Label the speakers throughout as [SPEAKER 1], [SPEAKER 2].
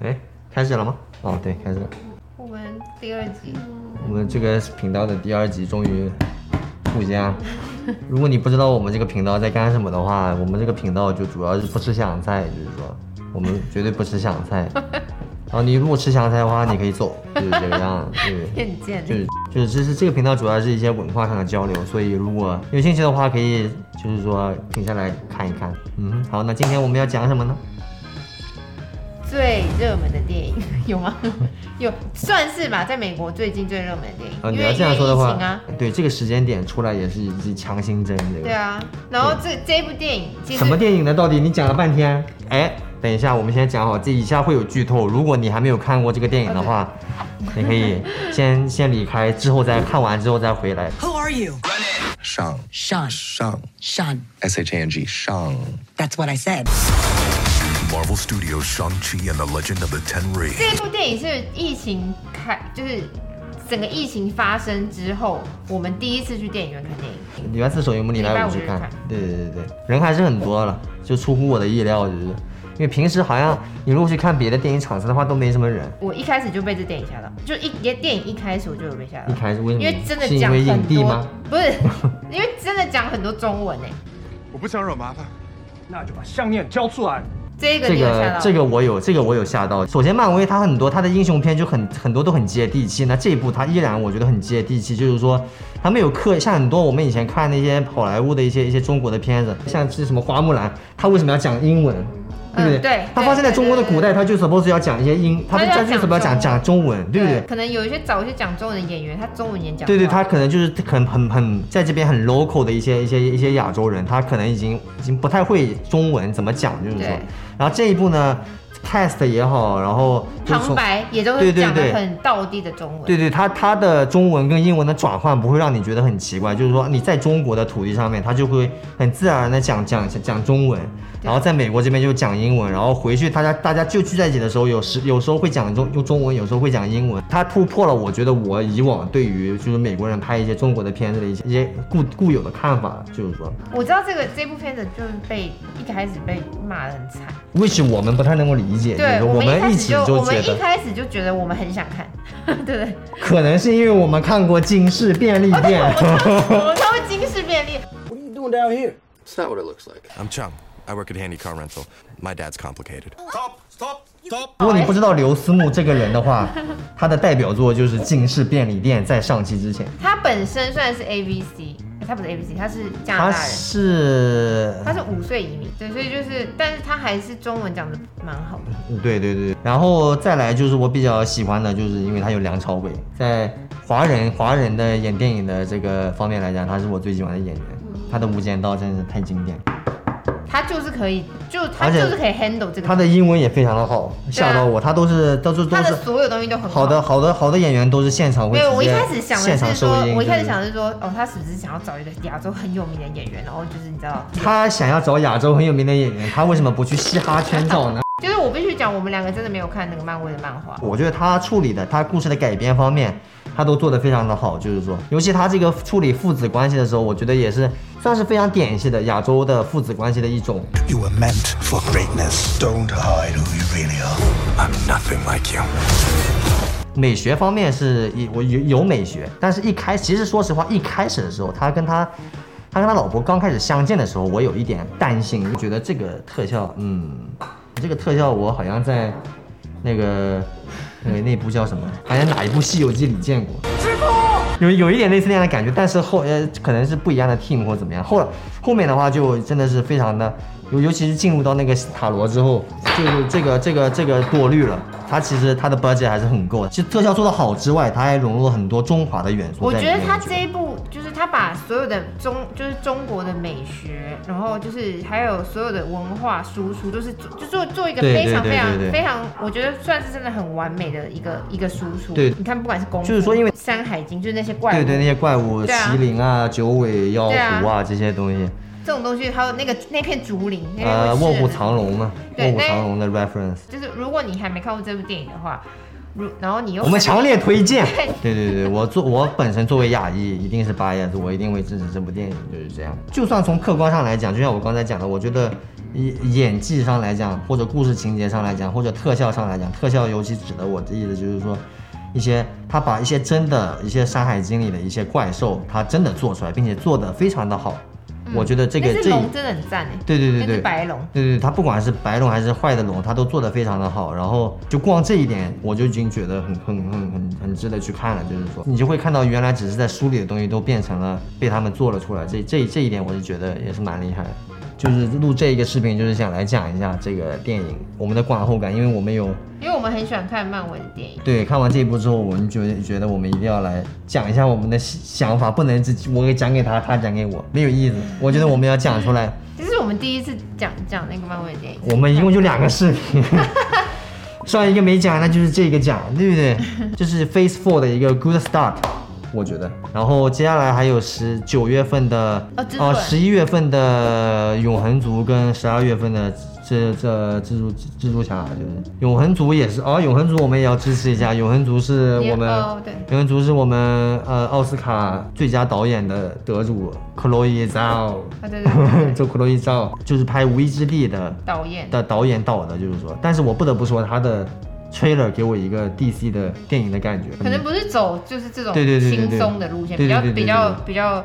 [SPEAKER 1] 哎，开始了吗？哦，对，开始了。
[SPEAKER 2] 我们第二集，
[SPEAKER 1] 我们这个频道的第二集终于互 加。如果你不知道我们这个频道在干什么的话，我们这个频道就主要是不吃香菜，就是说我们绝对不吃香 菜。然后你如果吃香菜的话，你可以走，就是这个样子。 对，
[SPEAKER 2] 厌见
[SPEAKER 1] 就是就是这是这个频道主要是一些文化上的交流，所以如果有兴趣的话，可以就是说停下来看一看。嗯，好，那今天我们要讲什么呢？
[SPEAKER 2] 最热门的电影 有吗？有，算是吧，在美国最近最热门的电影，
[SPEAKER 1] 啊，
[SPEAKER 2] 因
[SPEAKER 1] 你
[SPEAKER 2] 为
[SPEAKER 1] 要这样说的
[SPEAKER 2] 因
[SPEAKER 1] 话，
[SPEAKER 2] 为疫情啊，
[SPEAKER 1] 对这个时间点出来也是一剂强心针，这个。
[SPEAKER 2] 对啊。然后这这部电影其实
[SPEAKER 1] 什么电影呢？到底你讲了半天，哎，等一下，我们先讲好，这以下会有剧透。如果你还没有看过这个电影的话，
[SPEAKER 2] 哦
[SPEAKER 1] 你可以先先离开，之后再看完之后再回来。
[SPEAKER 3] Who are you?
[SPEAKER 4] 上
[SPEAKER 3] Sean.
[SPEAKER 4] 上
[SPEAKER 3] Sean.
[SPEAKER 4] S H A N G 上
[SPEAKER 3] That's what I said.
[SPEAKER 5] Marvel Studios Shang-Chi and the Legend of the Ten Rings.
[SPEAKER 2] 这部电影是疫情开，就是整个疫情发生之后，我们第一次去电影院看电影。
[SPEAKER 1] 礼拜四首映，我们礼拜五去
[SPEAKER 2] 礼拜五
[SPEAKER 1] 看
[SPEAKER 2] 去看。
[SPEAKER 1] 对对对对，人还是很多了，就出乎我的意料，就是因为平时好像你如果去看别的电影场次的话，都没什么人。
[SPEAKER 2] 我一开始就被这电影吓到，就一电影一开始我就有被吓到。
[SPEAKER 1] 一开始为什么
[SPEAKER 2] 因为真的
[SPEAKER 1] 是因
[SPEAKER 2] 讲
[SPEAKER 1] 为
[SPEAKER 2] 很
[SPEAKER 1] 影帝
[SPEAKER 2] 多
[SPEAKER 1] 吗
[SPEAKER 2] 不 是，因为真的讲很多中文呢。欸
[SPEAKER 6] 我不想惹麻烦。
[SPEAKER 7] 那就把项链交出来。
[SPEAKER 2] 这个
[SPEAKER 1] 这
[SPEAKER 2] 你有吓到
[SPEAKER 1] 个
[SPEAKER 2] 吗？
[SPEAKER 1] 这个我有，这个我有吓到。首先，漫威它很多它的英雄片就很很多都很接地气，那这一部它依然我觉得很接地气，就是说它没有刻像很多我们以前看那些好莱坞的一些一些中国的片子，像是什么花木兰，它为什么要讲英文？对不对？
[SPEAKER 2] 嗯对
[SPEAKER 1] 它
[SPEAKER 2] 对
[SPEAKER 1] 发生在中国的古代，它就 suppose 要讲一些英，它
[SPEAKER 2] 它
[SPEAKER 1] 就
[SPEAKER 2] 要
[SPEAKER 1] 它就
[SPEAKER 2] 讲
[SPEAKER 1] s u p 讲讲中
[SPEAKER 2] 中文
[SPEAKER 1] 文，对不对？
[SPEAKER 2] 可能有一些找一些讲中文的演员，他中文演讲不
[SPEAKER 1] 对对，
[SPEAKER 2] 好
[SPEAKER 1] 他可能就是很很很在这边很 local 的一些一些一些亚洲人，他可能已经已经不太会中文怎么讲，就是说
[SPEAKER 2] 对，
[SPEAKER 1] 然后这一步呢，cast 也好，然后就是
[SPEAKER 2] 旁
[SPEAKER 1] 说
[SPEAKER 2] 白也都
[SPEAKER 1] 对
[SPEAKER 2] 是
[SPEAKER 1] 对
[SPEAKER 2] 讲的
[SPEAKER 1] 对
[SPEAKER 2] 很道地的中文。
[SPEAKER 1] 对对，他他的中文跟英文的转换不会让你觉得很奇怪，就是说你在中国的土地上面，他就会很自然的讲讲讲中文，然后在美国这边就讲英文，然后回去大家大家就聚在一起的时候，有时有时候会讲中用中文，有时候会讲英文，他突破了我觉得我以往对于就是美国人拍一些中国的片子的一些一些固固有的看法，就是说
[SPEAKER 2] 我知道这个这部片子就是被一开始被骂的很惨，
[SPEAKER 1] ，which 我们不太能够理解，就是
[SPEAKER 2] 对
[SPEAKER 1] 说我
[SPEAKER 2] 们一
[SPEAKER 1] 们
[SPEAKER 2] 开
[SPEAKER 1] 一
[SPEAKER 2] 始
[SPEAKER 1] 起
[SPEAKER 2] 就
[SPEAKER 1] 就
[SPEAKER 2] 我
[SPEAKER 1] 觉
[SPEAKER 2] 们一
[SPEAKER 1] 得，
[SPEAKER 2] 开始就觉得我们很想看， 对 不对？
[SPEAKER 1] 可能是因为我们看过《金氏便 利店》
[SPEAKER 2] 我们看过《惊世便利》，
[SPEAKER 7] What are you doing down here?
[SPEAKER 8] It's not what it looks like.
[SPEAKER 9] I'm Chung. I work at Handy Car Rental. My dad's complicated.
[SPEAKER 6] Stop! Stop! Stop!
[SPEAKER 1] 如果你不知道刘思慕这个人的 话，他的代表作就是《近视便利店》。在上期之前，
[SPEAKER 2] 他本身虽然是 A B C，他不是 A B C，他是加拿
[SPEAKER 1] 他
[SPEAKER 2] 大人，
[SPEAKER 1] 是，
[SPEAKER 2] 他是五岁移民，对，所以就是，但是他还是中文讲的蛮好的。
[SPEAKER 1] 嗯对对对。然后再来就是我比较喜欢的，就是因为他有梁朝伟，在华人华人的演电影的这个方面来讲，他是我最喜欢的演员。
[SPEAKER 2] 嗯
[SPEAKER 1] 他的《无间道》真是太经典，
[SPEAKER 2] 他就是可以，就他
[SPEAKER 1] 而且
[SPEAKER 2] 就是可以 handle 这个，
[SPEAKER 1] 他的英文也非常的好，吓到我。他都是都是都
[SPEAKER 2] 啊他
[SPEAKER 1] 是
[SPEAKER 2] 的所有东西都很
[SPEAKER 1] 好的好的好的演员都是现场会
[SPEAKER 2] 没有，
[SPEAKER 1] 直
[SPEAKER 2] 我一
[SPEAKER 1] 接
[SPEAKER 2] 开始想的
[SPEAKER 1] 现场
[SPEAKER 2] 是
[SPEAKER 1] 收
[SPEAKER 2] 说，
[SPEAKER 1] 音
[SPEAKER 2] 我一开始
[SPEAKER 1] 就是
[SPEAKER 2] 想的是说，哦，他是不是想要找一个亚洲很有名的演员，然后就是你知道，
[SPEAKER 1] 他想要找亚洲很有名的演员，他为什么不去嘻哈圈找呢？
[SPEAKER 2] 就是我必须讲，我们两个真的没有看那个漫威的漫画，
[SPEAKER 1] 我觉得他处理的他故事的改编方面，他都做得非常的好，就是说，尤其他这个处理父子关系的时候，我觉得也是算是非常典型的亚洲的父子关系的一种。
[SPEAKER 4] You were meant for greatness. Don't hide who you really are.
[SPEAKER 9] I'm nothing like you.
[SPEAKER 1] 美学方面是一我有有美学，但是一开其实说实话，一开始的时候，他跟他他跟他老婆刚开始相见的时候，我有一点担心，我觉得这个特效，嗯，这个特效我好像在那个那个那部叫什么，好像哪一部《西游记》里见过。有有一点类似那样的感觉，但是后呃可能是不一样的 team 或怎么样。后后面的话就真的是非常的，尤尤其是进入到那个塔罗之后，就是这个这个这个多虑了。它其实它的 budget 还是很够的，其实特效做得好之外，它还融入了很多中华的元素
[SPEAKER 2] 我
[SPEAKER 1] 在
[SPEAKER 2] 觉
[SPEAKER 1] 里面。
[SPEAKER 2] 得他这一部就是他把所有的中就是中国的美学，然后就是还有所有的文化输出，就是做就做做一个
[SPEAKER 1] 对
[SPEAKER 2] 非常
[SPEAKER 1] 对对
[SPEAKER 2] 非常
[SPEAKER 1] 对对
[SPEAKER 2] 非常，我觉得算是真的很完美的一个一个输出。
[SPEAKER 1] 对
[SPEAKER 2] 你看不管是功夫，
[SPEAKER 1] 就是说因为
[SPEAKER 2] 《山海经》就是那些怪物，
[SPEAKER 1] 对对那些怪物，
[SPEAKER 2] 对啊
[SPEAKER 1] 麒麟啊、九尾妖狐
[SPEAKER 2] 对
[SPEAKER 1] 啊这些东西，
[SPEAKER 2] 这种东西，还有那个那片竹林，那边
[SPEAKER 1] 呃，
[SPEAKER 2] 会吃
[SPEAKER 1] 卧虎
[SPEAKER 2] 人
[SPEAKER 1] 藏龙嘛，
[SPEAKER 2] 对
[SPEAKER 1] 卧虎
[SPEAKER 2] 那
[SPEAKER 1] 藏龙的 reference，
[SPEAKER 2] 就是如果你还没看过这部电影的话，如然后你又
[SPEAKER 1] 我们强烈推荐
[SPEAKER 2] 对。
[SPEAKER 1] 对对对，我作我本身作为亚裔，一定是八爷，我一定会支持这部电影，就是这样。就算从客观上来讲，就像我刚才讲的，我觉得演演技上来讲，或者故事情节上来讲，或者特效上来讲，特效尤其指的我的意思就是说，一些他把一些真的一些《山海经》里的一些怪兽，他真的做出来，并且做的非常的好。我觉得这个
[SPEAKER 2] 嗯那只
[SPEAKER 1] 这一
[SPEAKER 2] 龙真的很赞哎，
[SPEAKER 1] 对对对
[SPEAKER 2] 那
[SPEAKER 1] 对，
[SPEAKER 2] 只白龙，
[SPEAKER 1] 对对，它不管是白龙还是坏的龙，它都做得非常的好。然后就光这一点，我就已经觉得很很很很很值得去看了。就是说，你就会看到原来只是在书里的东西都变成了被他们做了出来。这这这一点，我是觉得也是蛮厉害的。就是录这一个视频，就是想来讲一下这个电影我们的观后感，因为我们有
[SPEAKER 2] 因为我们很喜欢看漫威的电影。
[SPEAKER 1] 对看完这一部之后，我们觉觉得我们一定要来讲一下我们的想法，不能自己我给讲给他，他讲给我，没有意思。我觉得我们要讲出来。
[SPEAKER 2] 这是我们第一次讲讲那个漫威的电影，
[SPEAKER 1] 我们一共就两个视 频，上一个没讲，那就是这个讲，对不 对？这是 Phase Four 的一个 good start，我觉得。然后接下来还有十九月份的
[SPEAKER 2] 哦蜘蛛
[SPEAKER 1] 哦
[SPEAKER 2] 人
[SPEAKER 1] 十一、11月份的永恒族跟十二月份的这这蜘蛛蜘蛛侠，就是永恒族也是哦，永恒族我们也要支持一下，永恒族是我们、
[SPEAKER 2] 哦对
[SPEAKER 1] 永恒族是我们呃奥斯卡最佳导演的得主 Chloe Zhao，
[SPEAKER 2] 啊对对 对对
[SPEAKER 1] 这 Chloe Zhao 就是拍《无依之地》的
[SPEAKER 2] 导演
[SPEAKER 1] 的导演导的，就是说，但是我不得不说他的 trailer 给我一个 DC 的电影的感觉，
[SPEAKER 2] 可能不是走就是这种
[SPEAKER 1] 嗯对对对对对
[SPEAKER 2] 轻松的路线，
[SPEAKER 1] 对
[SPEAKER 2] 比
[SPEAKER 1] 对
[SPEAKER 2] 较
[SPEAKER 1] 对对
[SPEAKER 2] 比较比较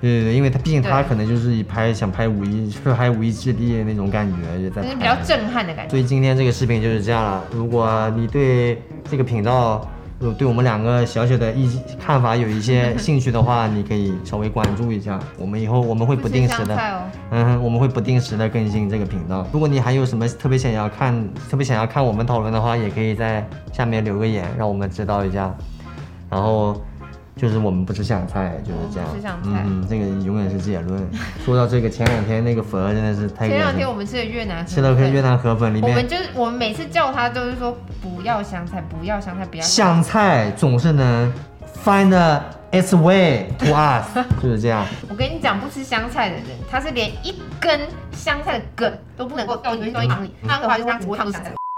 [SPEAKER 1] 对对对，因为他毕竟他
[SPEAKER 2] 对
[SPEAKER 1] 可能就是以拍想拍无一拍无一之地那种感觉也在拍，
[SPEAKER 2] 可能比较震撼的感觉。
[SPEAKER 1] 所以今天这个视频就是这样了。如果你对这个频道有对我们两个小小的意见看法有一些兴趣的话，你可以稍微关注一下。我们以后我们会不定时
[SPEAKER 2] 不吃
[SPEAKER 1] 的
[SPEAKER 2] 香菜哦，
[SPEAKER 1] 嗯哼，我们会不定时的更新这个频道。如果你还有什么特别想要看、特别想要看我们讨论的话，也可以在下面留个言，让我们知道一下。然后就是我们不吃香菜，就是这样。
[SPEAKER 2] 不吃香菜
[SPEAKER 1] 嗯嗯，这个永远是结论。说到这个，前两天那个粉儿真的是太恶心
[SPEAKER 2] 前两天
[SPEAKER 1] 了
[SPEAKER 2] 我们吃的越南河
[SPEAKER 1] 吃到跟越南河粉里
[SPEAKER 2] 粉，我
[SPEAKER 1] 面
[SPEAKER 2] 们就是我们每次叫他都是说不要香菜，不要香菜，不要香
[SPEAKER 1] 香菜总是能 find its way to us，就是这样。
[SPEAKER 2] 菜。我跟你讲，不吃香菜的哦人，他是连一根香菜的梗都不能够掉进去到一汤里，那样的话就是他不会烫出香菜。